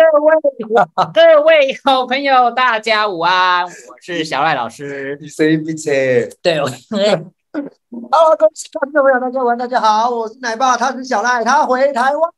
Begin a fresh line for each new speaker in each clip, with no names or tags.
位各位好朋友，大家午安，我是小赖老师。
你声音逼切。
对，我
Hello，各位观众朋友，大家晚上大家好，我是奶爸，他是小赖，他回台湾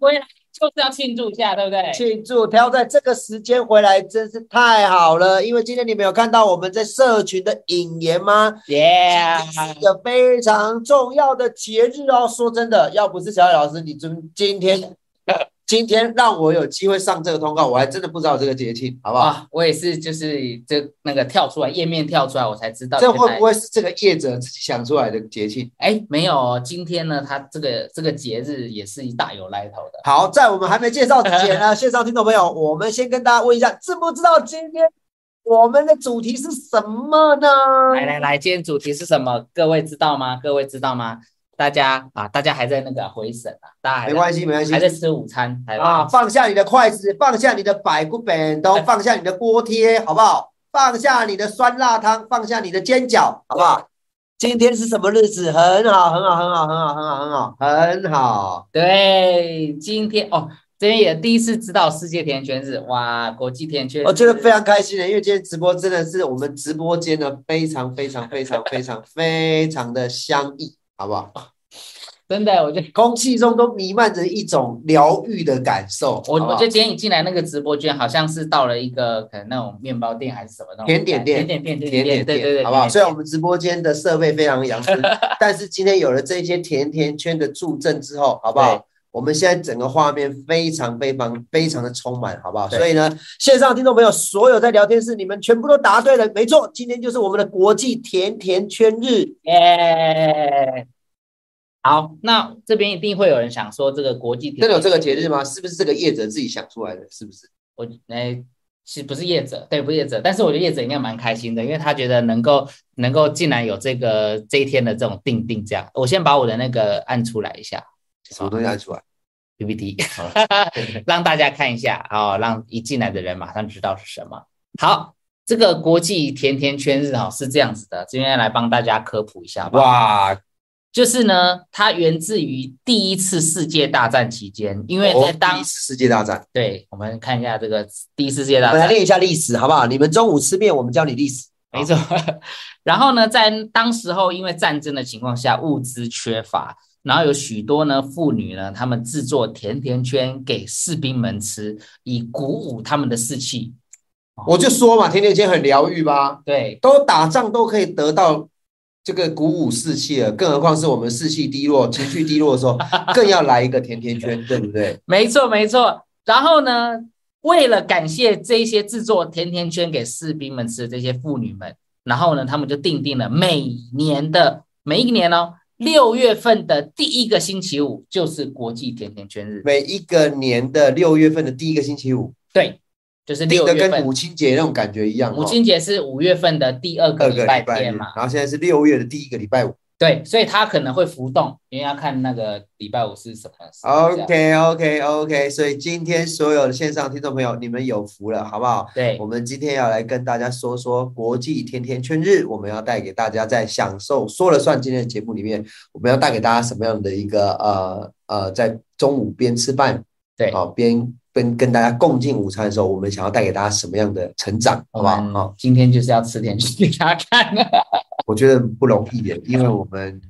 回来就是要庆祝一下，对不对？
庆祝，挑在这个时间回来真是太好了。因为今天你们有看到我们在社群的引言吗？
耶！
一个非常重要的节日哦。说真的，要不是小赖老师，你今今天 今天让我有机会上这个通告，我还真的不知道有这个节庆，好不好？
哇，我也是，就是这那个跳出来页面跳出来，我才知道
这
原
会
来
不。会是这个业者自己想出来的节庆？
哎，没有哦，今天呢，他这个这个节日也是一大有来头的。
好，在我们还没介绍之 前呢，线上听众朋友，我们先跟大家问一下，知不知道今天我们的主题是什么呢？
来来来，今天主题是什么？各位知道吗？各位知道吗？大家啊，大家还在那个回神啊，大家还
没
在
关系，没关系
还在吃午餐，还
啊，放下你的筷子，放下你的百菇 本都，放下你的锅贴，好不好？放下你的酸辣汤，放下你的煎饺，好不好？今天是什么日子？很好，很好，很好，很好，很好，很好，很好。
对，今天哦，这边也第一次知道世界甜圈日，哇，国际甜圈日，
我觉得哦非常开心的，因为今天直播真的是我们直播间呢非常非常非常非常非常的相异，好不好？
真的，我觉得
空气中都弥漫着一种疗愈的感受。
我
好不
我
好
觉得今天你进来那个直播间，好像是到了一个可能那种面包店还是什么那种
甜点店
甜点店，
甜点
对对对，
店，好不好？
甜
虽然
点
我们直播间的设备非常阳 春，但是今天有了这些甜甜圈的助阵之后，好不
对
好？我们现在整个画面非常非常非常的充满，好不好？
对
所以呢，线上听众朋友，所有在聊天室你们全部都答对了，没错，今天就是我们的国际甜甜圈日。
耶。好，那这边一定会有人想说这个国际甜
真的有
点，
这个节日吗？是不是这个业者自己想出来的？是不是？
我哎。是不是业者？对，不是业者，但是我觉得业者应该蛮开心的，因为他觉得能够能够竟然有这个这一天的这种定定这样。我先把我的那个按出来一下，
什么东西拿出来？
PPT，让大家看一下啊、哦，让一进来的人马上知道是什么。好，这个国际甜甜圈日哦是这样子的，今天来帮大家科普一下吧。
哇，
就是呢，它源自于第一次世界大战期间，因为在
哦第
当、
一次世界大战。
对，我们看一下这个第一次世界大
我们来
战，
练一下历史，好不好？你们中午吃面，我们教你历史。
没错。然后呢，在当时候因为战争的情况下，物资缺乏，然后有许多呢妇女呢，她们制作甜甜圈给士兵们吃，以鼓舞他们的士气。
我就说嘛，甜甜圈很疗愈吧，
对，
都打仗都可以得到这个鼓舞士气了，更何况是我们士气低落、情绪低落的 时候，更要来一个甜甜圈，对不对？
没错没错。然后呢，为了感谢这些制作甜甜圈给士兵们吃的这些妇女们，然后呢，他们就定定了每年的每一年哦，六月份的第一个星期五就是国际甜甜圈日。
每一个年的六月份的第一个星期五，
对，就是
定
六
的
月
跟
份。
母亲节那种感觉一样、哦，
母亲节是五月份的第二个
二个
礼
礼
拜
拜日，
天嘛
然，后现在是六月的第一个礼拜五。
对，所以它可能会浮动，因为要看那个礼拜五是啊什么时候这样。
OK OK OK，所以今天所有的线上听众朋友，你们有福了，好不好？
对
我，们今天要来跟大家说说国际甜甜圈日，我们要带给大家在享受说了算今天的节目里面，我们要带给大家什么样的一个呃呃，在中午边吃饭，
对
好、边边跟大家共进午餐的时候，我们想要带给大家什么样的成长，好不好？好、
好？今天就是要吃点心给大家看。
我觉得不容易的，因为我们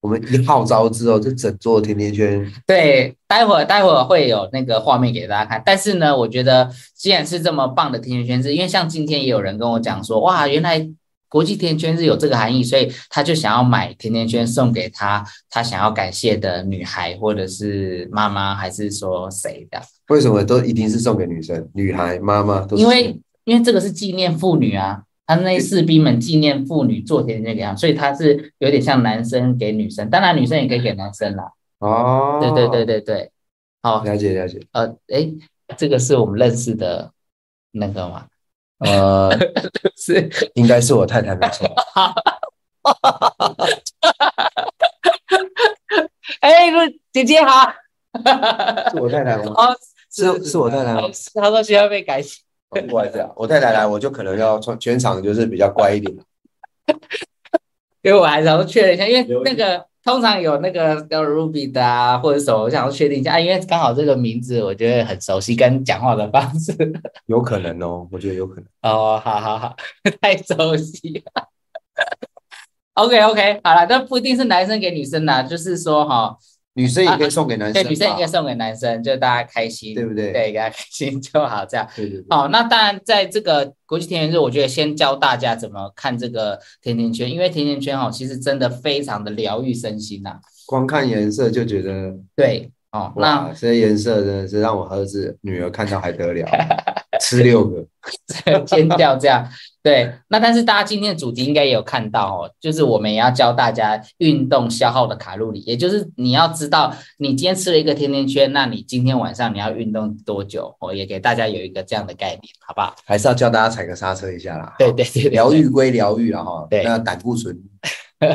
我们一号召之后，这整座甜甜圈
对，待会儿待会儿会有那个画面给大家看。但是呢，我觉得既然是这么棒的甜甜圈日，因为像今天也有人跟我讲说，哇，原来国际甜甜圈日有这个含义，所以他就想要买甜甜圈送给他他想要感谢的女孩，或者是妈妈，还是说谁的？
为什么都一定是送给女生、女孩、妈妈？都是
因为因为这个是纪念妇女啊，他那士兵们纪念妇女做甜甜圈给他们，所以他是有点像男生给女生，当然女生也可以给男生啦。
哦，
对对对，对对，好，
了解了解。
呃，诶，这个是我们认识的那个吗？
呃，
是，
应 该是我太太没错。
哎，姐姐 好。
是我太太吗？
哦，
是是我太太吗
老？师他说需要被改写。
哦不好意思啊，我太太来，我就可能要穿全场就是比较乖一点。
因为我还然后确认一下，因为那个通常有那个叫 Ruby 的啊，或者什么，我想要确定一下，啊、因为刚好这个名字我觉得很熟悉，跟讲话的方式。
有可能哦，我觉得有可能。
哦，好好好，太熟悉了。OK OK，好了，但不一定是男生给女生啦，就是说哈，
女生也可以送给男生吧，
啊对，女生应该送给男生，就大家开心，
对不对？
对，给他开心就好，这样。
对对对
好，那当然，在这个国际甜甜圈，我觉得先教大家怎么看这个甜甜圈，因为甜甜圈哦，其实真的非常的疗愈身心呐、
光看颜色就觉得
对，哦，那
哇，这些颜色真的是让我儿子女儿看到还得了，吃六个。
尖叫这样，对，那但是大家今天的主题应该也有看到哦，就是我们也要教大家运动消耗的卡路里，也就是你要知道你今天吃了一个甜甜圈，那你今天晚上你要运动多久哦，也给大家有一个这样的概念，好不好？
还是要叫大家踩个刹车一下啦。
对对对，对
疗愈归疗愈了哈，
对
那胆固醇、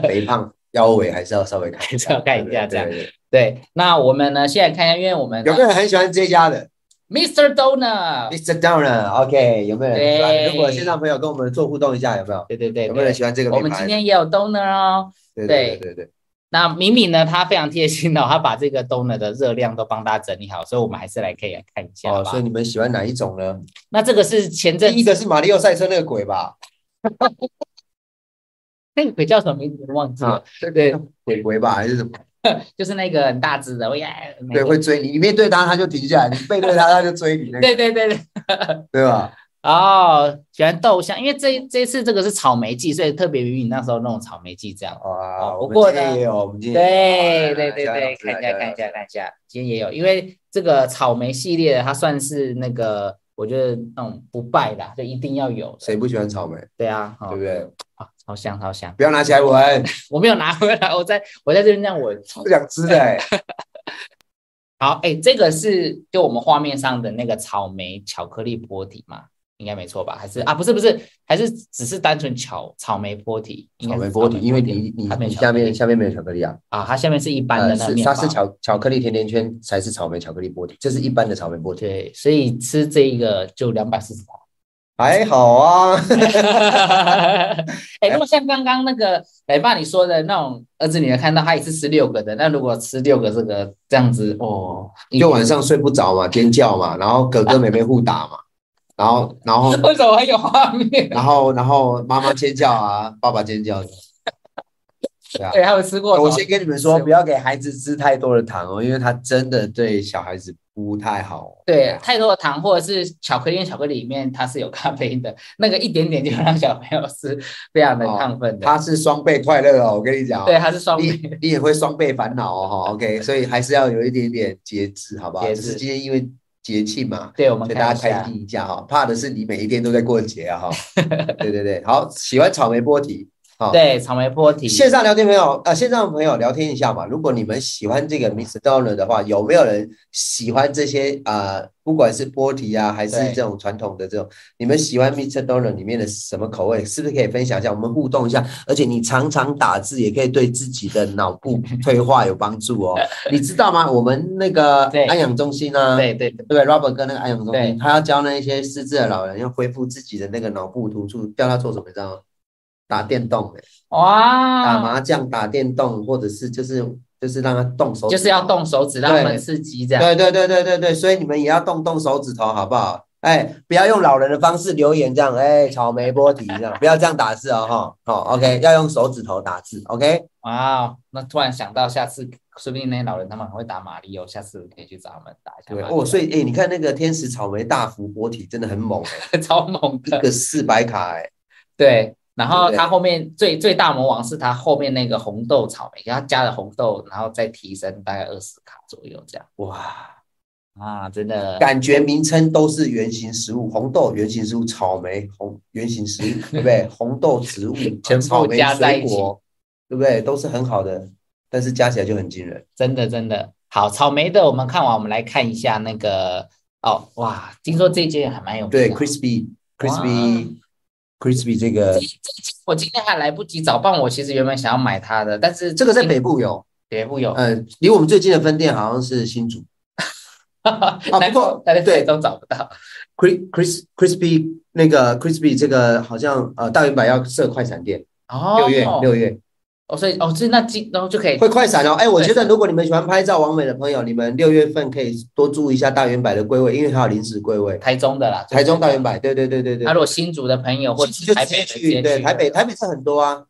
肥胖、腰围还是要稍微看一下，
还是要看一下这样
对。对对
对。那我们呢，现在看一下，因为我们
有没有人很喜欢这家的
Mr. Donut，
Mr. Downer？OK，有没有人喜欢？
对
如果线上朋友跟我们做互动一下，有没有？
对对对，
有没有人喜欢这个
我
品
们
牌
今？天也有 donor 哦。
对
对
对对对，
那敏敏呢，她非常贴心哦，她把这个 donor 的热量都帮大家整理好，所以我们还是来可以来看一
对
下好
哦，
不好
所以你们喜欢哪一种呢？
那这个是前
第
阵
一个是马里奥赛车那个鬼吧？
那个鬼叫什么名字忘记了，，
对
对，
鬼鬼吧还是什么？
就是那个很大只的，哎耶，那
对，
个
会追你，你面对他他就停下来，你背对他他就追你，那个
对对对对，
对吧？
哦，喜欢豆香，因为这这次这个是草莓季，所以特别于你那时候弄草莓季这样。
啊，
哦不
我们
过
今天
呢
也有，我们今天哦也
对对
有
对对，看一下看一下，看一下，今天也有，因为这个草莓系列它算是那个我觉得那种不败的，就一定要有的。
谁不喜欢草莓？
对啊，哦
对不对？
啊，超香超香！
不要拿起来闻，
我没有拿回来，我在我在这边这样闻。
不想吃的欸。
好，哎、这个是就我们画面上的那个草莓巧克力波体嘛，应该没错吧？还是啊，不是不是，还是只是单纯巧草莓波体，应该
草
是
莓波体，因为你你
它没有
你
巧克
下
力
面下面没有巧克力啊，
啊，它下面是一般的
呃，
那个
是
面包，
它是巧巧克力甜甜圈才是草莓巧克力波体，这是一般的草莓波体，
对，所以吃这一个就两百四十
还好啊。
哎、如果像刚刚那个奶爸你说的那种儿子女儿看到他一次吃六个的，那如果吃六个这个这样子哦，
就晚上睡不着嘛，尖叫嘛，然后哥哥妹妹互打嘛，然后然后
为什么还有画面？
然后然后妈妈尖叫啊，爸爸尖叫。对啊，
对，他有吃过。
我先跟你们
是
说，
吗
不要给孩子吃太多的糖哦，因为它真的对小孩子不太好。
对，太多的糖或者是巧克力，因为巧克力里面它是有咖啡因的，那个一点点就让小朋友是非常的亢奋的。
它是双倍快乐哦，我跟你讲哦、
对，它是双倍。
你你也会双倍烦恼哦哈，OK，所以还是要有一点点节制，好不好？
节
只
制
是今天因为节气嘛，
对，我们
所以
看
大
一
家开
下。
心一下哈。怕的是你每一天都在过节 啊哈。对对对，好，喜欢草莓波提，好
对，草莓波提。
线上聊天朋友啊，呃线上朋友聊天一下嘛。如果你们喜欢这个
嗯
Mr. Donner 的话，有没有人喜欢这些啊、呃不管是波提啊，还是
对
这种传统的这种，你们喜欢 Mr. Donner 里面的什么口味？是不是可以分享一下？我们互动一下。而且你常常打字，也可以对自己的脑 部退化有帮助哦。你知道吗？我们那个
对
安养中心啊，
对对对，
对，Robert 跟那个安养中
对
心，他要教那一些失智的老人要恢复自己的那个脑部突触，叫他做什么？你知道吗？打电动、欸。打
哇，
麻将、打电动，或者是就是就是让他动手指，
就是要。动手指让他
对
们刺激这样。
对对对对对对，所以你们也要动动手指头，好不好？哎，不要用老人的方式留言这样，哎，草莓波提这样，不要这样打字哦，哈，好、o k 要用手指头打字，OK，
哇哦，那突然想到，下次说不定那些老人他们很会打马里奥，下次可以去找他们打一下
对
马里奥。
哦，所以哎，你看那个天使草莓大福波提真的很猛、哎
超猛
一
的。
个四百卡、哎，
对，然后
对
他后面最最大魔王是他后面那个红豆草莓，给他加了红豆，然后再提升大概二十卡左右这样。
哇，
啊，真的，
感觉名称都是圆形食物，红豆圆形食物，草莓红圆形食物， 对不对？红豆 植物啊
全部
草莓
加在一
水果对不对？都是很好的，但是加起来就很惊人。
真的，真的好。草莓的我们看完，我们来看一下那个哦，哇，听说这一届还蛮有名的
对，crispy crispy crispy 这个
我今天还来不及找，不然我其实原本想要买它的，但是
这个在
今
北部有，
北部有，
嗯，离我们最近的分店好像是新竹
啊
不 过
大家
对
都找不到。
，cris cris crispy 那个 crispy 这个好像呃大圆柏要设快闪店，
哦，
六月六月
哦，所以哦，所以那今然后就可以
会快闪哦。哎，我觉
快
得
闪
如果你们喜欢拍照完美的朋友，你们六月份可以多注意一下大圆柏的归位，因为它有临时归位。
台中的啦，
台中大圆柏，对对对对对
那、，如果新竹的朋友或
其
者
实就
台
直
北
接
的直接
去，对
去
台北台北是很多啊。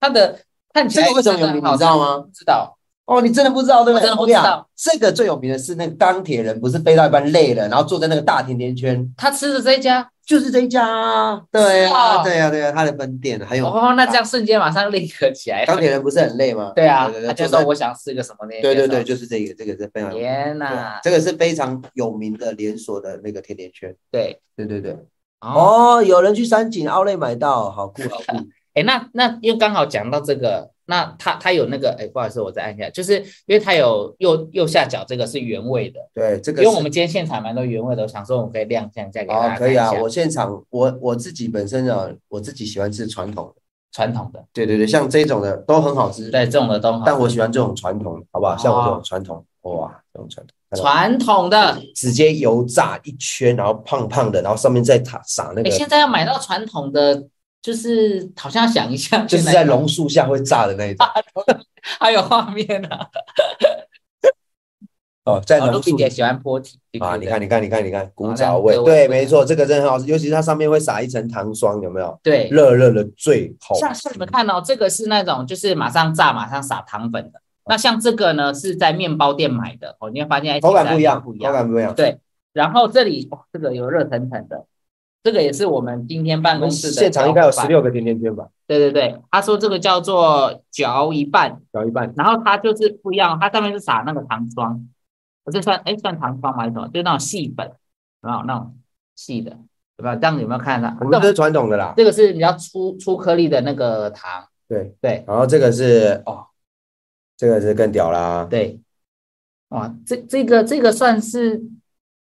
它的看起
这
来
个为什么
真
有
的
名，
好
你知道
看？
吗？
不知道，
哦，你真的不知道对不对？
我真的不
跟你讲
知道。
这个最有名的是那个钢铁人，不是飞到一半累了，然后坐在那个大甜甜圈，
他吃的这一家
就是这一家啊。对
是啊
啊，对啊，对啊，他的分店还有啊
哦，那这样瞬间马上立刻起来
钢铁人不是很累吗？
对啊，
对
他就
坐
说
在
我想吃个什么那
对对对，就是这个，这个是非常有名
天
对
哪，
这个是非常有名的连锁的那个甜甜圈。
对，
对对对。
哦，
哦，有人去山景奥莱买到，好酷好酷。
哎，那那因为刚好讲到这个，那它它有那个，哎，不好意思，我再按一下，就是因为它有右右下角这个是原味的，
对，这
因
个
为
是
我们今天现场蛮多原味的，我想说我们可以亮相一下给大
哦
家，
可
看一
以
下
啊。我现场我我自己本身啊，我自己喜欢吃传统的。
传统的，
对对对，像这种的都很好吃，
对，这种的都很好
但我喜欢这种传统的，好不好？像我这
哦
种传统，哇，这种传统，
传统的，
直接油炸一圈，然后胖胖的，然后上面再撒撒那
哎，
个，
现在要买到传统的，就是好像要想一下，
就是在榕树下会炸的那 一种。
还有画面啊，
哦，在
哦，露
榕
比
树
姐喜欢波体
啊，
对
你
对
看，你看，你看，你看，古早
那
味
个，味
对，
道
没错，这个真的很好吃，尤其是它上面会撒一层糖霜，有没有？
对，
热热的最好
像
吃
像你们看哦，这个是那种就是马上炸、马上撒糖粉的。那像这个呢，是在面包店买的哦，你会发现哎
口感不一样，
不一
口
样。
感不一样。
对，然后这里哇，这个有热腾腾的，这个也是我们今天办
我
公
们
室的
现场应该有
小伙
十
伴。
六个甜甜圈吧，
对对对，他说这个叫做嚼一半，
咬一半。
然后它就是不一样，它上面是撒那个糖霜，我这算哎算糖霜吗还是什么？就那种细粉，有没有那种细的？有没有？这样有没有看到？
我们这是传统的啦，
这个是比较粗粗颗粒的那个糖，
对。
对。
然后这个是哦，这个是更屌啦，
对，哇，这这个这个算是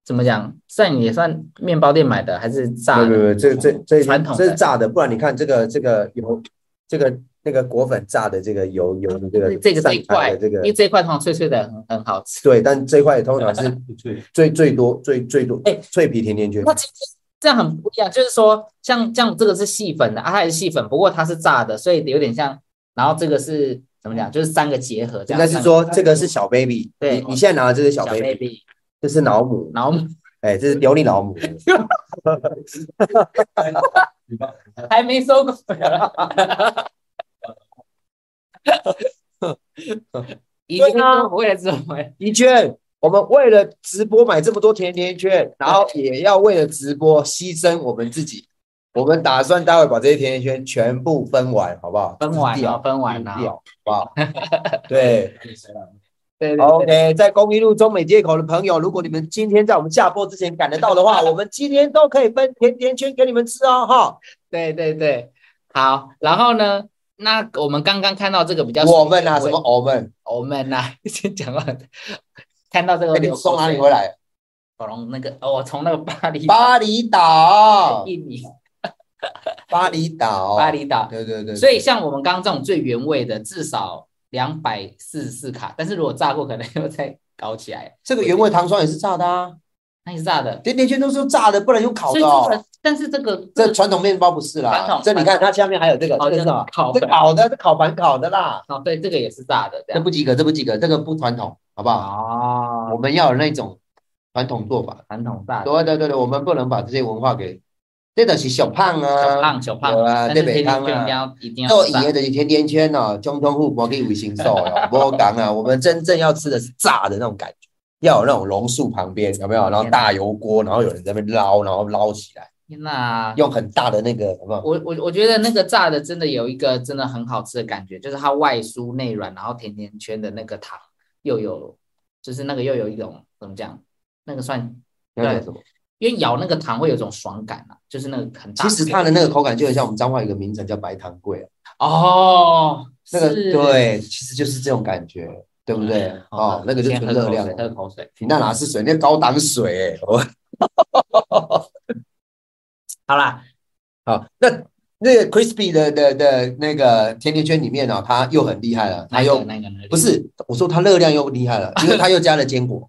怎么讲？算也算面包店买的还是炸
没有没有没
的？
有，这这这
传统的
这是炸的，不然你看这个这个油，这个那个果粉炸的这个油油的这个
这个这
散
一
开
块，
的这
因
个
为这一块通常脆脆的很很好吃。
对，但这块通常是最最多最最多哎脆皮甜甜圈
那，今天这样很不一样，就是说像像这个是细粉的啊，它也是细粉，不过它是炸的，所以有点像。然后这个是怎么讲？就是三个结合这样。
应该是
三个
说这个是小 baby，
对
你你现在拿的这是小
小
baby，
baby，
这是老母，
然后
哎，这是琉璃老母，
还没收过。
啊
已经都不会了，怎么？
的确。我们为了直播买这么多甜甜圈，然后也要为了直播牺牲我们自己。我们打算待会把这些甜甜圈全部分完，好不好？
分完
吃
了，
掉
分完啊了。
好不 好？对
对对对，
，OK，在公益路中美街口的朋友，如果你们今天在我们下播之前赶得到的 话，我们今天都可以分甜甜圈给你们吃哦，哈。
对对对，好。然后呢，那我们刚刚看到这个比较，
我们啊，什么我们？
我们呐， 先讲到，看到这个
哎你
流口
从哪里
水
回来？
从那个，哦，我从那个巴黎、
巴厘岛，
印尼、
巴厘岛，
巴，厘岛。
对对对。
所以像我们刚刚这种最原味的，至少两百四十四卡，但是如果炸过，可能又再搞起来。
这个原味糖霜也是炸的啊，
那是炸的，
甜甜圈都是用炸的，不然用烤
所以
的
这
哦。
个，但是这个
这
个
传统面包不是
传
啦
统，
这你看它下面还有这个，
哦
这个是什么？
烤
这
的
烤的，这烤盘烤的啦。
哦，对，啊这个也是炸的，这
这
样。
不及格，这不及格，这个不传统，好不好？
哦，
我们要有那种传统做法。
传统炸的，
对对对对，我们不能把这些文化给，这都是小胖
小
啊，
胖小胖
有，啊，
但
这
是
北
天天
康
就一定
啊。
要一定要
做
炸
爷。的是甜甜圈哦，中通户博给五行寿 哦，我讲啊，我们真正要吃的是炸的那种感觉，要有那种榕树旁边有没有？然后大油锅，然后有人在那边捞，然后捞起来，
天呐，
用很大的那个有没有？
我我我觉得那个炸的真的有一个真的很好吃的感觉，就是它外酥内软，然后甜甜圈的那个糖又有，就是那个又有一种怎么讲，那个算，
那叫什么？
因为咬那个糖会有一种爽感啊，就是那个很大
其
的。
实它的那个口感就很像我们彰化有一个名产叫白糖桂啊
哦，
那个
是，哎
对，其实就是这种感觉，对不对？
好
哦，那个就
先
纯
喝
热
口
量
水，。喝口水。
你那哪是水？那高档水、欸。 我
好啦，
好，那那个 crispy 的的的那个甜甜圈里面哦，它又很厉害了，它
那个
又
那个那个
不是我说它热量又 厉害了，因为它又加了坚果、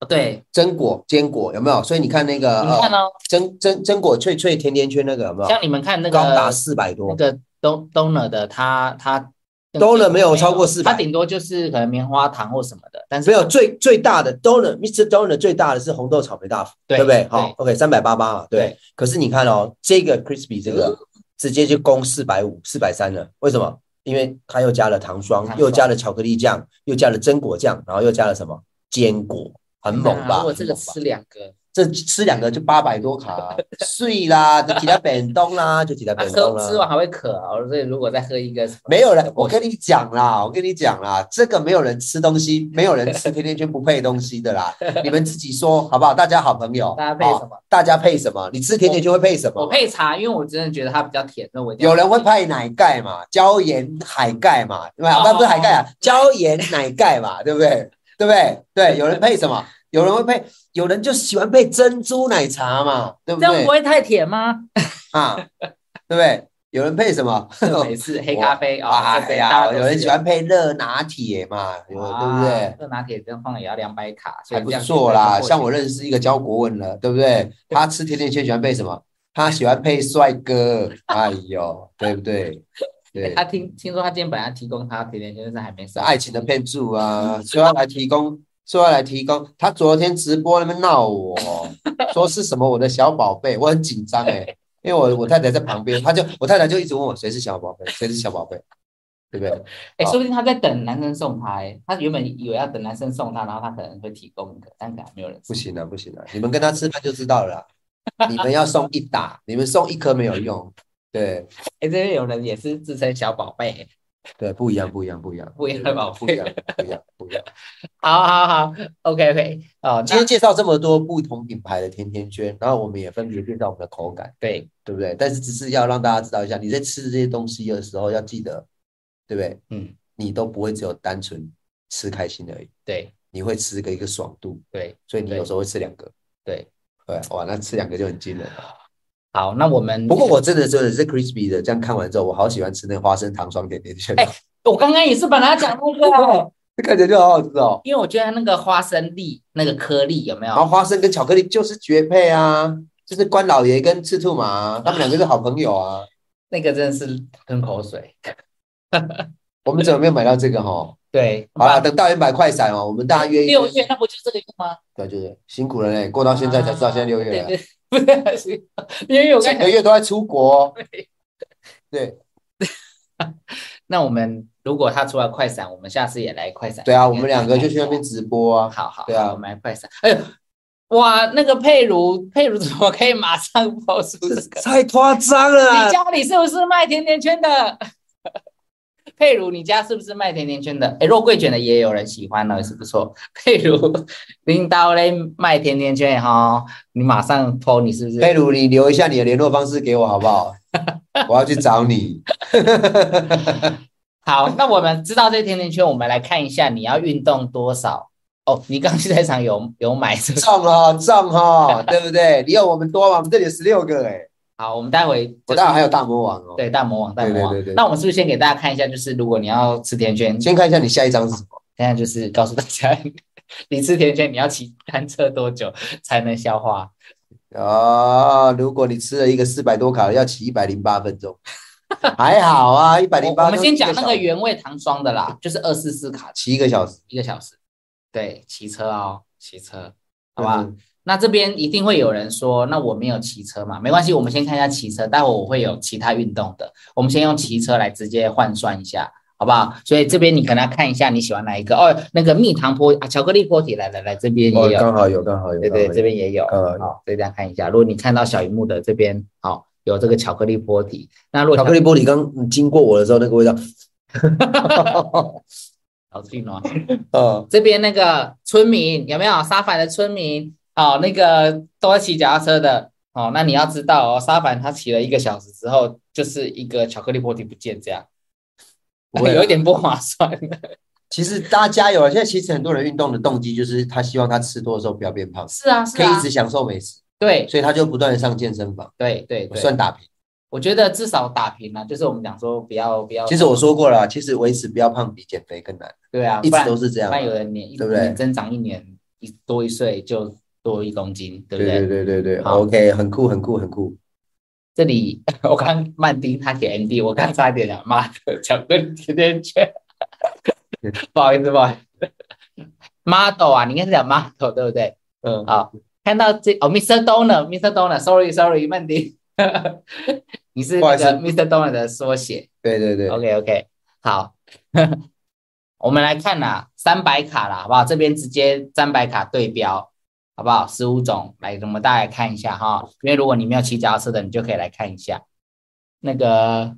哦对，
榛果、坚果，有没有？所以你看那个
你看
呃，
哦，
榛榛榛果脆脆甜甜圈那个有没有？
像你们看那
高达
个
四百
那
多，
个 don donor 的，它它
Dollar 没有超过400
它顶多就是可能棉花糖或什么的，但是
没有最最大的 donut，Mr. Donut 最大的是红豆草莓大福，
对
不对
对？
好，OK，三百八八嘛，对
对。
可是你看哦，这个 crispy 这个直接就攻四百五、四百三了，为什么？因为它又加了糖霜，
糖霜
又加了巧克力酱，又加了榛果酱，然后又加了什么坚果，很猛吧？
啊如果这个
很猛吧
吃两个，
这吃两个就八百多卡、 碎啦，就几台本东啦，就几台
啊
本东
喝
啦。
吃完还会渴啊，所以如果再喝一个什么，
没有人，我跟你讲啦，我跟你讲啦，这个没有人吃东西，没有人吃甜甜圈不配东西的 啦，你们自己说好不好？大家好朋友，
大家配什
好
么？
大家配什么？你吃甜甜圈会配什么？
我配茶，因为我真的觉得它比较甜，那我一定要
有人会配奶盖嘛，椒盐海盖嘛，对吧？
哦
那不是海盖啊，椒盐奶盖嘛，对不对？对不对？对，有人配什么？有人会配，有人就喜欢配珍珠奶茶嘛，对不
这样
对
不？会太甜吗？
啊，对不对？有人配 什么？
没事，黑咖啡啊，
啊，
这
嗯哎
个大家
呀，
都
有人
是
喜欢配热拿铁嘛，有对不对
啊？？这拿铁真放也要两百卡，所
还
以
不
这样
错啦，
就
像我认识一个教国文了，对不对？他吃甜甜圈喜欢配什么？他喜欢配帅 哥，哎呦，对不对？对，
哎他听听说他今天本来提供他甜甜圈，但是还没上。
爱情的骗术 啊，说要来提供，说要来提供。他昨天直播那边闹我，说是什么我的小宝贝，我很紧张哎、因为我我太太在旁边，他就我太太就一直问我谁是小宝贝，谁是小宝贝，对不对？
哎、
好
说不定他在等男生送他、欸，他原本以为要等男生送他，然后他可能会提供一个，但可能没有人
不
送。
行了，啊不行了，你们跟他吃饭就知道了啦你们要送一打，你们送一颗没有用。对
哎、这边有人也是自称小宝贝、欸，
对，不一样，不一样，不一样，
不一样的宝
不一
贝。
样，不一样，不 一样。
好好好，OK OK，哦，
今
那
天介绍这么多不同品牌的甜甜圈，然后我们也分别介绍我们的口感，
对，
对不对？但是只是要让大家知道一下，你在吃这些东西的时候要记得，对不对？
嗯，
你都不会只有单纯吃开心而已，
对
你会吃个一个爽度，
对，
所以你
对
有时候会吃两个。
对
对，哇，那吃两个就很惊人了。
好，那我们
不过我真的真的是 crispy 的，这样看完之后，我好喜欢吃那个花生糖霜甜甜圈，
哎我刚刚也是本来要讲那个， 哦
这看起来就好好吃哦。
因为我觉得那个花生粒那个颗粒有没
然后
有？
花生跟巧克力就是绝配啊，就是关老爷跟赤兔马啊，他们两个是好朋 友啊。
那个真的是吞口水。
我们怎么没有买到这个哈？
对，
好啊了，等到元百快闪哦，我们大家约一
六
约。
月那不就这个月吗？
对，就是辛苦了嘞，过到现在才知道现在六月
啊
了，
对 对，不是，因为我刚
整
才
个月都在出国哦。对
那我们如果他出来快闪，我们下次也来快闪。
对啊，我们两个就去那边。直播啊。
好好，
对啊
好我们来快闪。哎呦，哇，那个佩如，佩如怎么可以马上抛出这个？
太夸张了
你
啊！
家里是不是卖甜甜圈的？ 佩如，你家是不是卖甜甜圈的？哎，肉桂卷的也有人喜欢哦呢，也是不错。 佩如，领导嘞卖甜甜圈哈，你马上抛，你是不是？
佩鲁，你留一下你的联络方式给我好不 好？我要去找你。
好，那我们知道这甜甜圈，我们来看一下你要运动多少哦。你刚去菜场有有买是不是？
中哦，中哦， 对不对？你有我们多吗？我们这里有十六个哎、
好，我们待会
我当然还有大魔王哦。，
对大魔王大魔王。
对对对对
那我们是不是先给大家看一下，就是如果你要吃甜圈，现
先看一下你下一张是什么？
在就是告诉大家， 你吃甜圈你要骑单车多久才能消化？
哦，如果你吃了一个四百多卡，要骑一百零八 分钟，还好啊，一百零
我
八。
我们先讲那个原味糖霜的啦，就是二四四卡
骑一个小时，
一个小时。对，骑车哦，骑车，好
好
吧？
吧？
那这边一定会有人说，那我没有骑车嘛？没关系，我们先看一下骑车，待会我会有其他运动的，我们先用骑车来直接换算一下，好不好？所以这边你可能要看一下你喜欢哪一个哦，那个蜜糖坡啊，巧克力坡体，来来来，这
嗯
边也有，
好有，哦刚好有
对对，这边也有，
呃
好，所以大家看一下，如果你看到小荧幕的这边，好，有这个巧克力坡体，那如果
巧克力玻璃刚经过我的时候，那个味道，
巧克力呢？
呃，
这边那个村民有没有沙凡的村民哦？那个都在骑脚踏车的哦。那你要知道哦，沙凡他骑了一个小时之后，就是一个巧克力波体不见，这样
不会啦啊
有一点不划算。
其实大家加油了。现在其实很多人运动的动机就是他希望他吃多的时候不要变胖，
是啊，是
可以
啊
一，直享受美食，
对
所以他就不断的上健身房，
对对
我
对，
算打平。
我觉得至少打平了、就是我们讲说不要不要，
其实我说过了，其实维持不要胖比减肥更难，
对啊，
一
不
直
然
都是
不
这样。
然有人年一
对不对
年增长一年一多一岁就多一公斤，对不
对对对对对
好
，OK，很酷很酷很酷。
这里 我刚慢丁他给 MD，我刚差一点讲 妈的巧克力甜甜圈， 不好意思不好意思，model 啊，你应该是讲 model 对不对？
嗯，
好，看到这哦，Mr. Donor，Mr. Donor，sorry sorry，曼迪， 你是
不好
那
意思
个 Mr. Donor 的缩写。
对对对，
OK OK，好， 我们来看啦，三百卡啦，好不好？这边直接三百卡对标，好不好？十五种，来，我们大概看一下哈，因为如果你没有骑脚踏车的，你就可以来看一下那个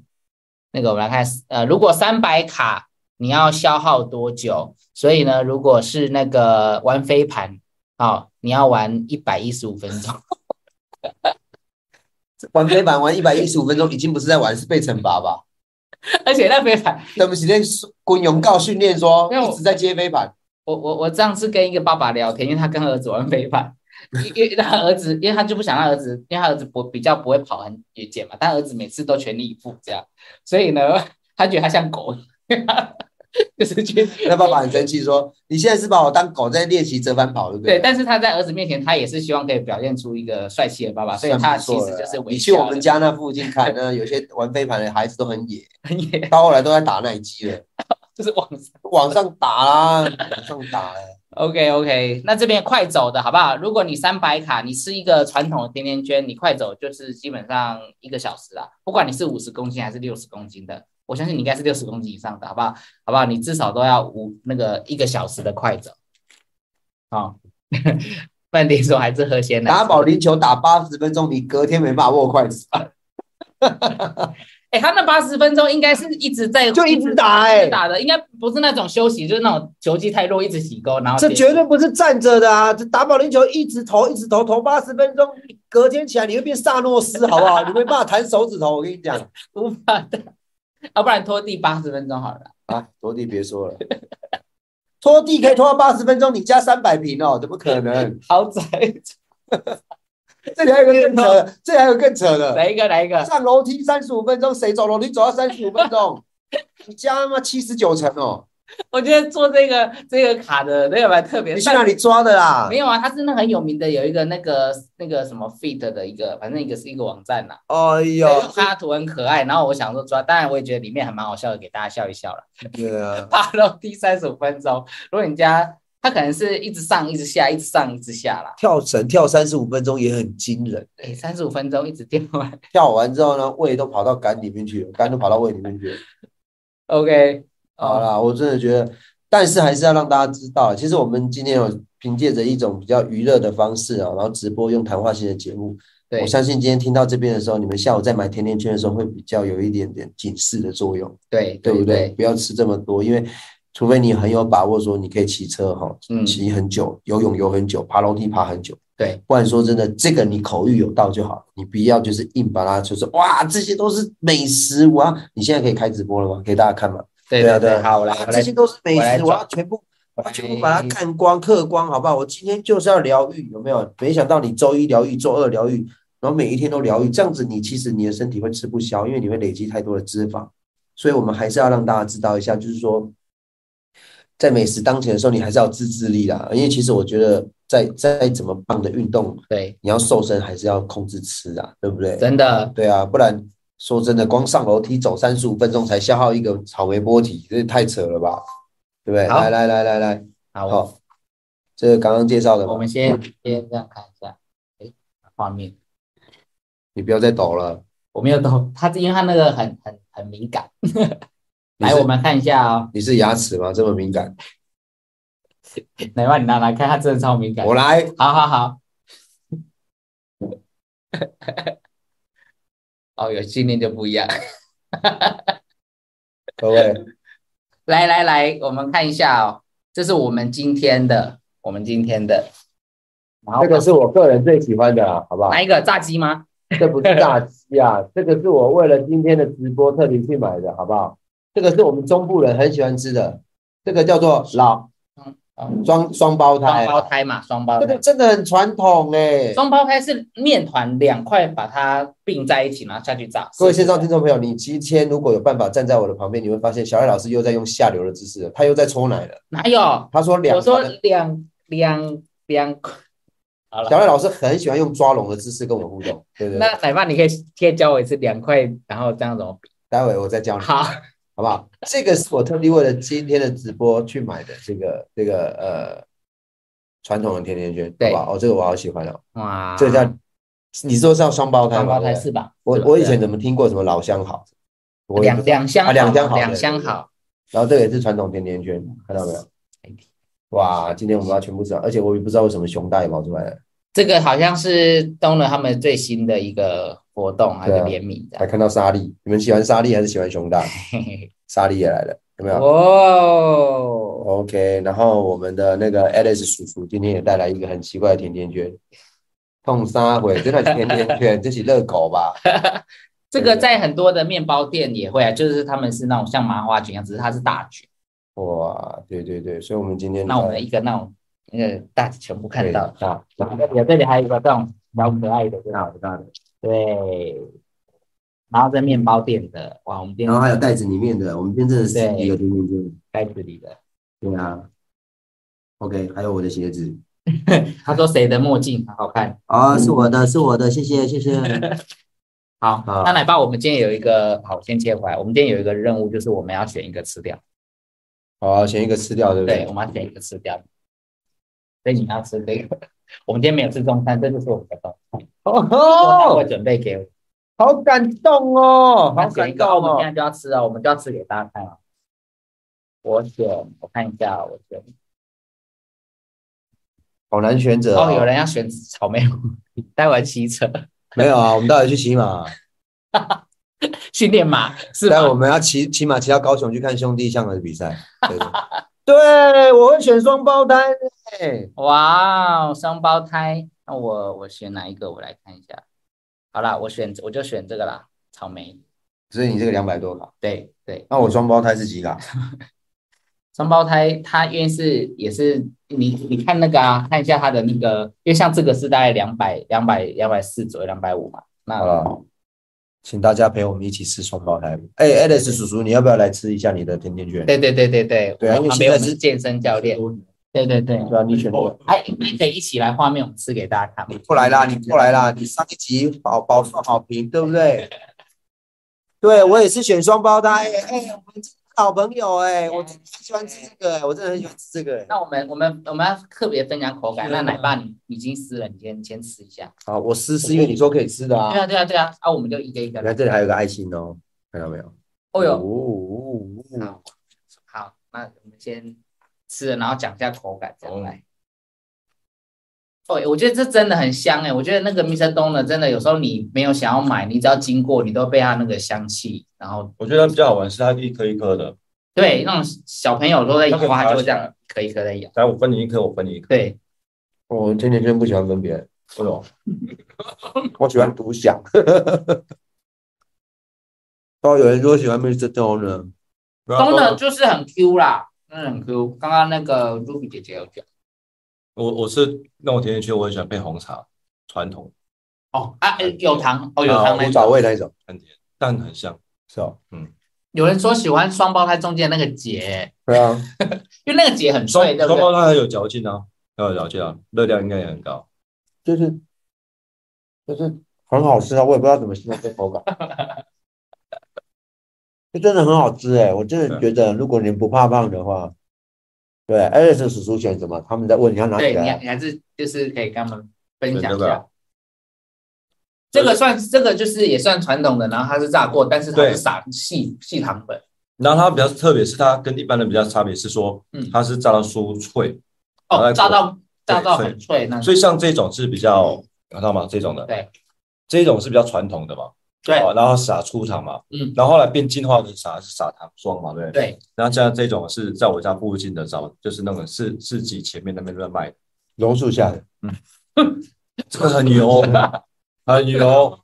那个，我们来看，呃，如果三百卡你要消耗多久？所以呢，如果是那个玩飞盘，哦，你要玩一百一十五分钟。
玩飞盘玩一百一十五分钟，已经不是在玩，是被惩罚吧？
而且那飞盘，
对不起，那滚泳告训练说
没有
一直在接飞盘，
我我我上次跟一个爸爸聊天，因为他跟儿子玩飞盘，因因为他儿子，因为他就不想让儿子，因为他儿子不比较不会跑很远嘛，但儿子每次都全力以赴这样，所以呢，他觉得他像狗，就是去
那爸爸很生气说你现在是把我当狗在练习折返跑，对不
对，
对？
但是他在儿子面前，他也是希望可以表现出一个帅气的爸爸，所以他
算不
其
错
实
了
就是微
你去我
笑
们
的，
家那附近看，那有些玩飞盘的孩子都很野，
也
到后来都在打奶鸡了，
就是往上。
往上打啦，往上打 啦。
OK OK，那这边快走的好不好？如果你三百卡，你吃一个传统的甜甜圈，你快走就是基本上一个小时啦。不管你是五十公斤还是六十公斤的，我相信你应该是六十公斤以上的，好不好？好不好？你至少都要五那个一个小时的快走。好、 曼迪说还是喝鲜奶。
打保龄球打八十分钟，你隔天没办法握筷子，
哎、他那八十分钟应该是一直在
就一直打哎
一直打的，应该不是那种休息，就是那种球技太弱一直洗钩，然后
这
结
绝对不是站着的啊！这打保龄球一直投一直投，投八十分钟，隔天起来你会变萨诺斯，好不好？你没办法弹手指头，我跟你讲
无法的，要、不然拖地八十分钟好了啦。
啊，拖地别说了，拖地可以拖到八十分钟，你加三百平哦，怎么 可能？
豪宅，
这里还有个更扯的，这里还有个更扯的，
来一个，来一个，
上楼梯三十五分钟，谁走楼梯走到三十五分钟？你家他妈七十九层哦，
我觉得做这个这个卡的那个蛮特别。
你去哪里抓的啦
没？有啊，它是那很有名的，有一个那个那个什么 Fit 的一个，反正一个是一个网站呐、
哎呦，
对它图很可爱，然后我想说抓，当然我也觉得里面还蛮好笑的，给大家笑一笑了。
对啊，
爬楼梯三十五分钟，如果你家它可能是一直上一直下，一直上一直下啦。
跳绳跳三十五分钟也很惊人。
哎，三十五分钟一直掉完。
跳完之后呢，胃都跑到肝里面去了，肝都跑到胃里面去了。
OK，哦
好，啦，我真的觉得，但是还是要让大家知道，其实我们今天有凭借着一种比较娱乐的方式啊，然后直播用谈话性的节目，
对
我，相信今天听到这边的时候，你们下午在买甜甜圈的时候会比较有一点点警示的作用，
对，
对不
对？
对？不要吃这么多，因为除非你很有把握说你可以骑车哈，
嗯
骑很久，游泳游很久，爬楼梯爬很久。
对，
不然说真的，这个你口语有道就好，你不要就是硬把它就是哇，这些都是美食，我要你现在可以开直播了吗？给大家看吗？
对
啊，
对对，
对啊，
好，我来
啊，
我
这
来
些都是美
我来
食，我
抓
要全部，我要全部
来
把它看光、嗑光，好不好？我今天就是要疗愈，有没有？没想到你周一疗愈，周二疗愈，然后每一天都疗愈，这样子你其实你的身体会吃不消，因为你会累积太多的脂肪，所以我们还是要让大家知道一下，就是说。在美食当前的时候，你还是要自制力啦。因为其实我觉得在，在怎么棒的运动，
对，
你要瘦身还是要控制吃啊，对不对？
真的
对啊，不然说真的，光上楼梯走三十五分钟才消耗一个草莓波体，这太扯了吧？对不对？
好
来来来来来，
好，我
好，这个刚刚介绍的
我
嘛，
们先先这样看一下，哎，画面
你不要再抖了。
我没有动，它因为它那个很很很敏感。
你
来，
是
我们看一下 哦，
你是牙齿吗？这么敏感？
来吧，你拿来看，它真的超敏感
我。来，
好好 好。哦，有训练就不一样。
各位，
来来来，我们看一下哦，这是我们今天的，我们今天的。然后
这个是我个人最喜欢的啦，好不好？
哪一个炸鸡吗？
这不是炸 鸡啊，这个是我为了今天的直播特地去买的，好不好？这个是我们中部人很喜欢吃的，这个叫做老
嗯嗯
双双胞
双
胎啊，
胞胎嘛，双胞
这个
胎。
真的很传统哎、
双胞胎是面团两块把它并在一起，然后下去炸。
各位线上听众朋友，你今天如果有办法站在我的旁边，你会发现小艾老师又在用下流的姿势了，他又在搓奶了。
哪有？
他说两
我说
团的
两两两好了
小赖老师很喜欢用抓龙的姿势跟我 互动，对不
那
对？
奶爸，你可以先教我一次两块，然后这样怎么比？
待会我再教你，好
好，
不好？这个是我特地为了今天的直播去买的，这个这个呃传统的甜甜圈，
对
好吧？哦，这个我好喜欢哦，
哇，
这个叫你说是要双胞胎
双
吗？
胞胎
对不对
是吧？
我
是吧
我以前怎么听过什么老相好？我也
两
不知道
两箱
啊两箱好
两箱好，
然后这个也是传统甜甜圈，看到没有？
哎
哇，今天我们要全部知道，而且我也不知道为什么熊大也跑出来了，
这个好像是东乐他们最新的一个活动，还
对
有
啊
联名的。
还看到沙莉，你们喜欢沙莉还是喜欢 熊大？
嘿嘿
沙莉也来了，有没
嘿
有？
哦，
OK，然后我们的那个 Alice 叔叔今天也带来一个很奇怪的甜甜圈，痛沙回，真的是甜甜圈，这是热狗 吧？
这个在很多的面包店也会啊，就是他们是那种像麻花卷一样，只是它是大卷。
哇，对对对，所以我们今天
那我们一个那种那个大的全部看
对
到，
啊，
然后有这里还有一个这种比较可爱的，这种对。然后在面包店的，哇，我们店
然后还有袋子里面的，我们今天真的是
对
一个甜甜圈，
袋子里的，
对啊。OK，还有我的鞋子
他说谁的墨镜很好看？
啊、是我
嗯
的，是我的，谢谢 谢谢。
好，
好
那奶爸，我们今天有一个，好，先切回来，我们今天有一个任务，就是我们要选一个吃掉，
好，选一个吃掉，对不
对，我们要选一个吃掉。所以你要吃这个，我们今天没有吃中餐，这就是我们的中餐，会
哦，
准备给我。
好感动哦，
那
好
选一
感
个，我
动
们
哦
现。在就要吃哦，我们就要吃给大家看哦。我选，我看一下，我选。哦
好难选择
哦，有人要选草莓舞， 待会儿骑车
没有啊？我们到底去骑马？
训练马是
但我
吧？
们要骑骑马骑到高雄去看兄弟象的比赛。 对，对我会选双胞胎、欸。
哇哦，双胞胎，那我我选哪一个？我来看一下。好啦，我选我就选这个啦，草莓。
所以你这个两百多卡，
对对，
那我双胞胎是几卡？
双胞胎它因为是也是你你看那个啊，看一下它的那个，因为像这个是大概两百两百两百四左右，两百五嘛。
好
那
了，请大家陪我们一起吃双胞胎。哎、a l i c e 叔叔，你要不要来吃一下你的甜甜圈？
对对对对对，
对啊
我
因
们
为
旁
现
边
在
我们
是
健身教练，对对对，
对啊，你选的。
哎，你们可以一起来画面，我们吃给大家看。
你过来啦，你过来啦，你上一集好饱受好评，对不对？对我也是选双胞胎、哎、哎我们是好朋友哎、我真的很喜欢吃这个、哎我真的很喜欢吃这个、哎
那我们我们我们要特别分享口感。
啊
那奶爸你已经撕了，你先先吃一下。
好，我试试，因为你说可以吃的啊
对。啊对啊对啊，啊我们就一个一个
你
来
看。这里还有个爱心哦，看到没有？哦
哦
哟，
哟，好，好，那我们先吃了，然后讲一下口感，再来。哦，我觉得这真的很香哎！我觉得那个 Mr. d o n e r 真的有时候你没有想要买，你只要经过，你都被它那个香气，然后
我觉得比较好玩是它一颗一颗的，
对那种小朋友都在咬，
那个
他
拔
就会这
起
样一颗一颗在咬。
来我分你一颗，我分你一颗。
对，
哦我甜甜圈不喜欢分别，哦
哎呦，
我喜欢独享。 哦，有人说喜欢 Mr. Donut，
东的
我
就是很 Q 啦，真的很 Q。刚刚那个 Ruby 姐姐有讲
我是那种甜甜圈，我很喜欢配红茶，传统
哦啊，呃有糖哦，有
啊
糖那
古
种。
早味那一种，
很甜，但很香。
是哦，
有人说喜欢双胞胎中间那个结，
对啊，
因为那个结很
双
脆，对不
双
对
胞？胎很有嚼劲啊，很有嚼劲啊，热量应该也很高。
就是就是很好吃啊，我也不知道怎么形容 这口感，这真的很好吃哎、我真的觉得如果你不怕胖的话，对，Alice 叔叔选什么？他们在问你要拿起
对，你还
来，
你还是就是可以跟他们分享一
啊对这个
下
啊。
这个算这个就是也算传统的，然后它是炸过，但是它
对
是撒细细糖粉，
然后它比较特别，是它跟一般的比较差别是说
嗯，
它是炸到酥脆，然
哦，
后再
炸到
对
炸到很脆那种。
所以像这种是比较，看到吗？这种的，
对，
这种是比较传统的嘛，
对
哦然后撒粗糖嘛，
嗯，
然后后来变进化的撒是撒糖霜嘛，对不对？
对，
然后像这种是在我家附近的早，就是那种市市集前面那边乱卖的，
榕树下的，
这个 很油，很油，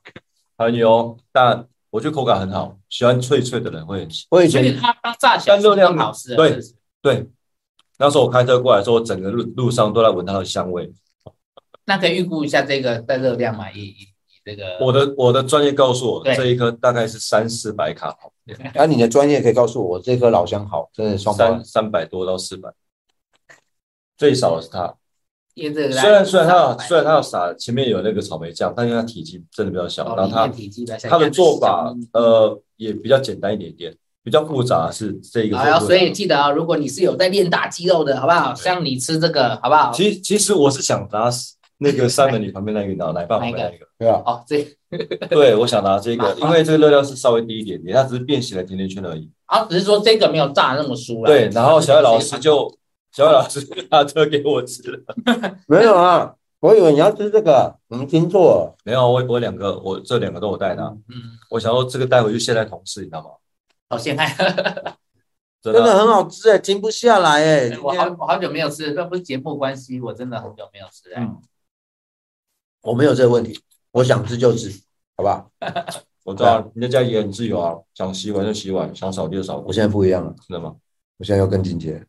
很油，但我觉得口感很好，喜欢脆脆的人会很喜。
我以
所
前
以它它炸起来
但热量
是好吃的，
对
是不是
对，那时候我开车过来的时候，整个路路上都在闻它的香味。
那可以预估一下这个的热量嘛？以以以这个
我的我的专业告诉我，
对
这一颗大概是三四百卡跑，
啊，你的专业可以告诉我，这颗老香好，真的双胞胎
三三百多到四百，最少的是它。
因为这个哦
虽然虽然它有虽然它有撒前面有那个草莓酱，但因为它体积真的比较小，
哦
然后它它的做法
嗯
呃也比较简单一点点，比较复杂是这个。
哦
好呀，所以记得啊，如果你是有在练打肌肉的，好不好？像你吃这个，好不好？
其实其实我是想拿那个三文你旁边那个拿奶爸旁边那个，
对啊，
哦，这
对我想拿这
麻
个，
烦
因为这个热量是稍微低一点点，它只是变形的甜甜圈而已。
啊，只是说这个没有炸那么酥了。
对，然后小艾老师就小艾老师拿这个给我吃了，
没有啊，我以为你要吃这个，我们听错了。
没有我我两个我这两个都有带拿，
嗯，
我想说这个带回去现在同事你知道吗？
好陷害，
真
真
的
的啊
很好吃哎，停不下来哎。今
我好
天
我好久没有吃，这不是节目关系，我真的很久没有吃哎。
嗯
我没有这个问题，我想吃就吃，好不好？
我知道人家家也很自由啊，想洗碗就洗碗，想扫地就扫
我
地，
现在不一样了，
真的吗？
我现在要更进阶。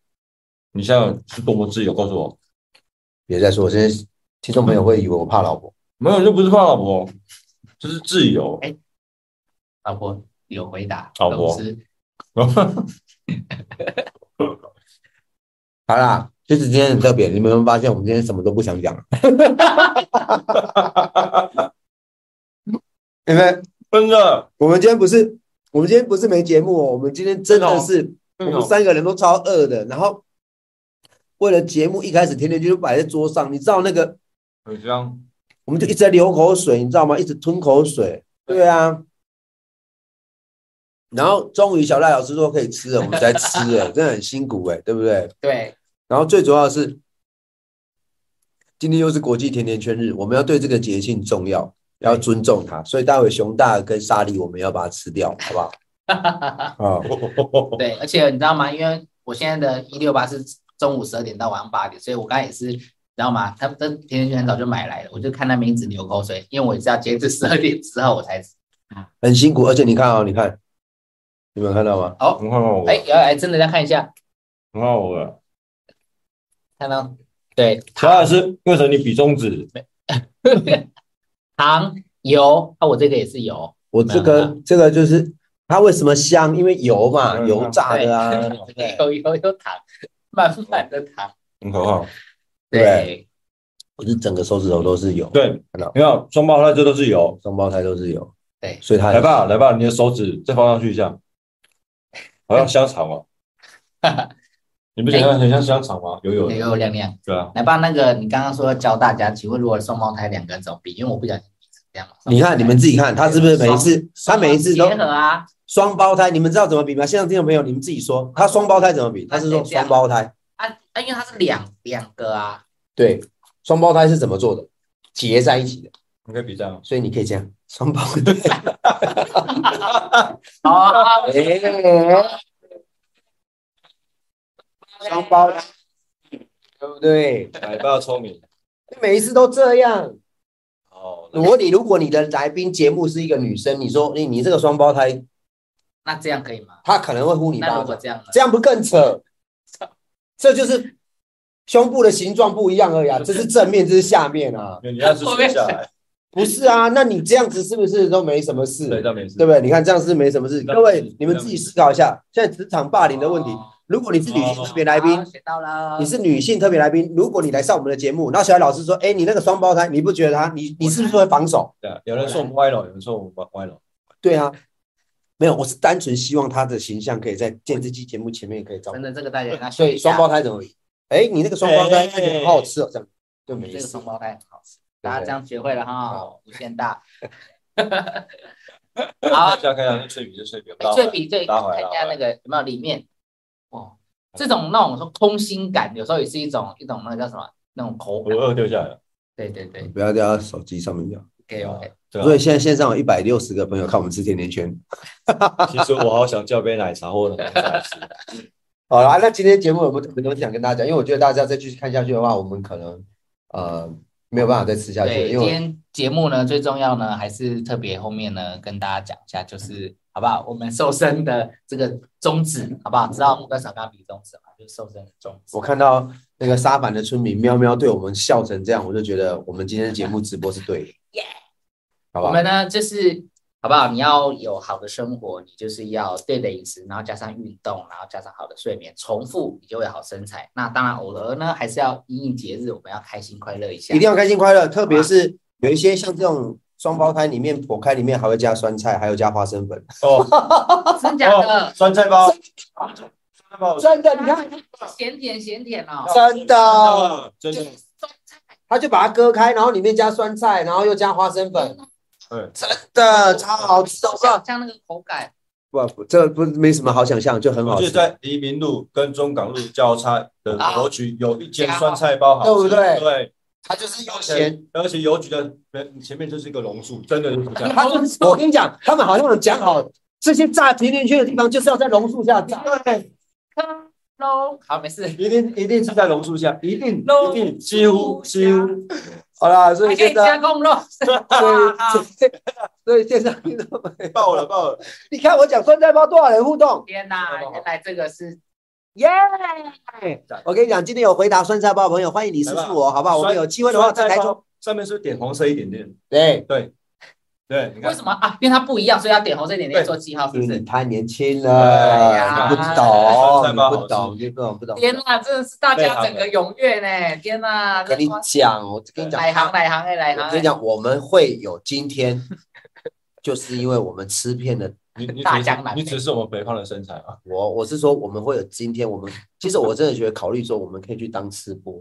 你现在是多么自由，告诉我，
别再说，我现在听众朋友会以为我怕老婆。
没有就不是怕老婆，就是自由。
老婆啊有回答，
老婆
总之
好啦，就是今天很特别，你们有没有发现我们今天什么都不想讲？你们，
真的，
哎我们今天不是，我们今天不是没节目哦，我们今天真的是，我
真的哦
们三个人都超饿的，然后为了节目一开始甜甜圈就摆在桌上，你知道那个，
很 香。
我们就一直在流口水，你知道吗？一直吞口水，对啊。然后终于小赖老师说可以吃了，我们才吃了，真的很辛苦哎、对不对？
对，
然后最主要的是，今天又是国际甜甜圈日，我们要对这个节庆重要，要尊重它。所以待会熊大跟沙莉，我们要把它吃掉，好不好？啊、
对，而且你知道吗？因为我现在的一六八是中午十二点到晚上八点，所以我刚才也是，你知道吗？他们这甜甜圈很早就买来了，我就看那边一直流口水，因为我也是要截至十二点之后我才吃。
很辛苦，而且你看哦，你看，你们有看到吗？
哦，
很好
哎
哎，，
要来真的再看一下，
很好我。
看到对
乔老师，为什么你比中指？
糖油，啊，我这个也是油，
我这个这个就是它为什么香，因为油嘛，
嗯
油炸的啊，对不
对
对，
有有有糖，满满的糖，
很可怕。
对
对，我是整个手指头都是油，
对，
看到
你看双胞胎这都是油。
双胞胎都是油，
对
所以它
来吧，来吧，你的手指再放上去一下，好像香肠哦。你不觉得很像香肠吗？油油
油
的，
油亮亮。
对啊。
来吧，那个你刚刚说教大家，请问如果双胞胎两个人怎么比？因为我不小心比成这样嘛。
你看你们自己看，它是不是每一次，它
双
每一次都
结合啊，
双胞胎，你们知道怎么比吗？现场听众朋友，你们自己说，他双胞胎怎么比？他是说双胞胎，
啊啊，因为它是两两个啊，
对，双胞胎是怎么做的？结在一起的，
你可以比这样。
所以你可以这样，双胞胎。
好啊，
哎双胞胎，对不对？
来吧，聪明。
每一次都这样。
哦，
如果你如果你的来宾节目是一个女生，你说你你这个双胞胎，
那这样可以吗？
她可能会呼你
那
巴
如果
掌，
这样呢？
这样不更 扯？这就是胸部的形状不一样而已啊，这是正面，这是下面啊。
你要是垂下来，
不是啊，那你这样子是不是都没什么事？
对，这样没事。
对不对？你看这样是没什么事。
那
各位
是，
你们自己思考一下，现在职场霸凌的问题。
哦
如果你是女性特别来宾
好，学到了。
你是女性特别来宾，如果你来上我们的节目，那小艾老师说：“哎，你那个双胞胎，你不觉得他，你你是不是会防守
对啊，有人说我们歪了，有人说我们歪了。？”
对啊，没有，我是单纯希望他的形象可以在电视机节目前面可以照
真。的这个大家那
所以呃双胞胎怎么比？哎，你那个双胞胎
哎
看起来很好吃哦，这样就没
这个
事
双。胞胎很好吃，大家这样学会了哈
好，
无限大。 好
看一，下看一下，那脆皮就脆皮，
哎最比最
拉回来
看一
拉
下
回来
那个有没有里面，哦，这种那种说空心感，有时候也是一种一种那个叫什么那种口
我
感。
又掉下来了。
对对对
哎不要掉到手机上面掉。
，OK OK，
对
所以
啊，
现在线上有一百六十个朋友看我们吃甜甜圈。
其实我好想叫杯奶茶或者奶茶来吃。
好啦，那今天节目有没有特别东西想跟大家讲？因为我觉得大家再继续看下去的话，我们可能呃没有办法再吃下去了，
对，
因
今
为
天节目呢最重要呢还是特别后面呢跟大家讲一下，就是好不好？我们瘦身的这个宗旨好不好？知道目标小刚比宗旨嘛，就是瘦身的宗旨
我。看到那个沙盘的村民喵喵对我们笑成这样，我就觉得我们今天的节目直播是对的，好
我
不好？
们呢，就是好不好？你要有好的生活，你就是要对的饮食，然后加上运动，然后加上好的睡眠，重复你就会有好身材。那当然，偶尔呢还是要因应节日，我们要开心快乐一下。
一定要开心快乐，特别是有一些像这种双胞胎里面剖开里面还会加酸菜，还有加花生粉，
哦，
真假的
哦？酸菜包，酸菜包，
真的，你看，
咸点咸点哦，
真的，
真的，
他就把它割开，然后里面加酸菜，然后又加花生粉，
对，
真的超
哦
好吃，我告
像像那个口感，
不不，这不没什么好想象，就很
我
好
记
吃
得，在黎明路跟中港路交叉的邮局有一间酸菜包好
对不
吃，
对
对，
它就是有
而
咸
且。而且邮局的门前面就是一个榕树，真的就是这样。
他们，我跟你讲，他们好像讲好，这些炸甜甜圈的地方就是要在榕树下炸。
对，
喽，好，没事。
一定一定是在榕树下，一定
榕
一定几乎几乎
好啦，所
还
以
可以
现
加
在，
工喽，
所以现所以现在听到没？
爆了爆了，
你看我讲酸菜包多少人互动，
天哪，原来这个是
耶！我跟你讲，今天有回答酸菜包的朋友，欢迎你私信我，好不好？我们有机会的话在
酸菜
台
包
中，
上面是不是点红色一点点，
对，
对，
为
你看
什么啊？因为它不一样，所以要点红色一点点做记号，是不
因为你
是？
太嗯年轻
哎
了，
呀
你不懂，
酸菜
你
包
不
好
懂，你不懂，不懂。
天哪，真的是大家整个踊跃呢！天哪，
跟你讲，我跟你哦讲，
哪行哪行哎，哪行
我
哎
跟你，讲，我们会有今天，就是因为我们吃遍了
你你
大
只
江
是
南北
你只是我们肥胖的身材啊，
我我是说，我们会有今天，我们其实我真的觉得考虑说，我们可以去当吃播，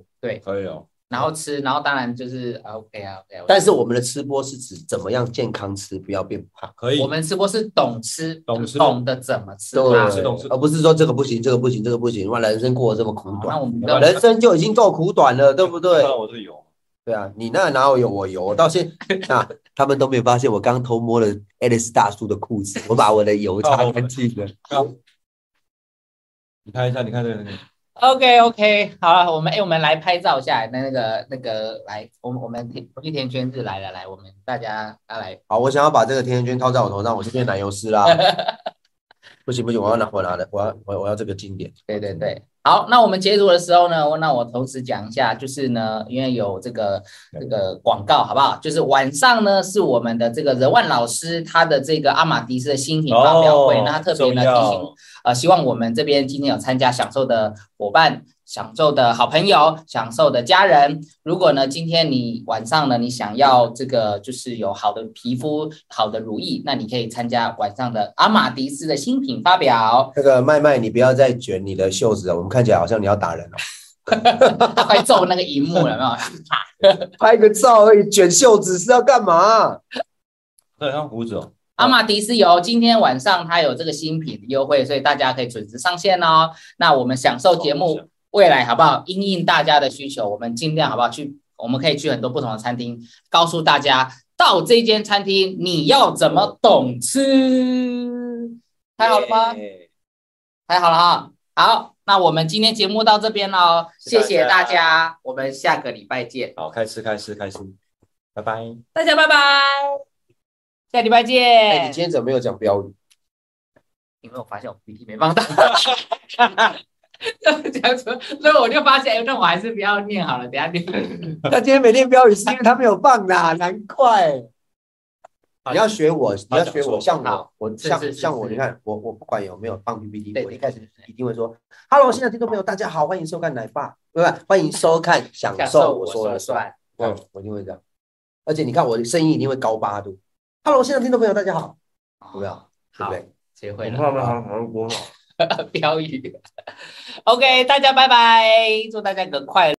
可以哦，
然后吃，然后当然就是啊 OK 啊 OK 啊。
但是我们的吃播是指怎么样健康吃，不要变胖，
可以
我，们吃播是懂吃，
懂吃
懂得怎么吃
对
嘛。
吃懂吃
而不是说这个不行，这个不行，这个不行，哇，人生过得这么苦
好哦那
短，
我们
那
的
人生就已经够苦短了，对不对
当？然我是有，
对啊，你那哪有有我油？我到现啊，他们都没发现我刚偷摸了 Alice 大叔的裤子，我把我的油擦干净了。
你看一下，你看这个，
OK OK，好了，我们哎、我们来拍照一下，那那个那个来，我们我们甜国际甜圈日来了，来，我们大家要来，
好，我想要把这个甜甜圈套在我头上，我是变奶油师 啦。不行不行，我要拿我拿的，我要我要我要这个经
哦
典。
对对对，好，那我们截图的时候呢，我那我同时讲一下，就是呢，因为有这个这个广告，好不好？就是晚上呢是我们的这个仁万老师他的这个阿玛迪斯的新品发表会，
哦
那他特别
重
呢提醒
要，
呃，希望我们这边今天有参加享受的伙伴、享受的好朋友、享受的家人，如果呢今天你晚上呢你想要这个就是有好的皮肤、好的乳液，那你可以参加晚上的阿玛迪斯的新品发表，
那个麦麦，你不要再卷你的袖子了，我们看起来好像你要打人哦。
他快揍那个荧幕了，有没有？
拍个照而已，卷袖子是要干嘛？
这很像胡子哦，
阿玛迪斯油今天晚上它有这个新品的优惠，所以大家可以准时上线哦。那我们享受节目未来好不好？因应大家的需求，我们尽量好不好去？我们可以去很多不同的餐厅，告诉大家到这间餐厅你要怎么懂吃。太好了吗？
耶
太好了哈！好，那我们今天节目到这边喽，谢
谢
谢
谢
大
大家
家，我们下个礼拜见，
好，开吃开吃开吃，拜拜。
大家拜拜，下礼拜
哎、
见
你。今天怎么没有讲标语？
因为我发现我 PPT 没放大，这样子，所以我就发现，哎那我还是不要念好了，等一下念。
他今天没念标语是因为他没有放啦，难怪。
啊
你要学我，你
他
要
讲
学我，
错
像我
好，
我
是
像
是是
像我，
是
你看我我不管有没有放 PPT，
对
我
对
一开始
对对
一定会说，Hello，现在听众朋友大家好，欢迎收看奶爸，不是欢迎收看享
享
受
受
我
我
说
说
了
了
算，
算。
嗯，我一定会这样。而且你看我的声音一定会高八度，Hello，现在听众朋友大家好，有没有？对不
好
对？
学会了
好了好了好了，我好。
标语。OK，大家拜拜，祝大家个快乐。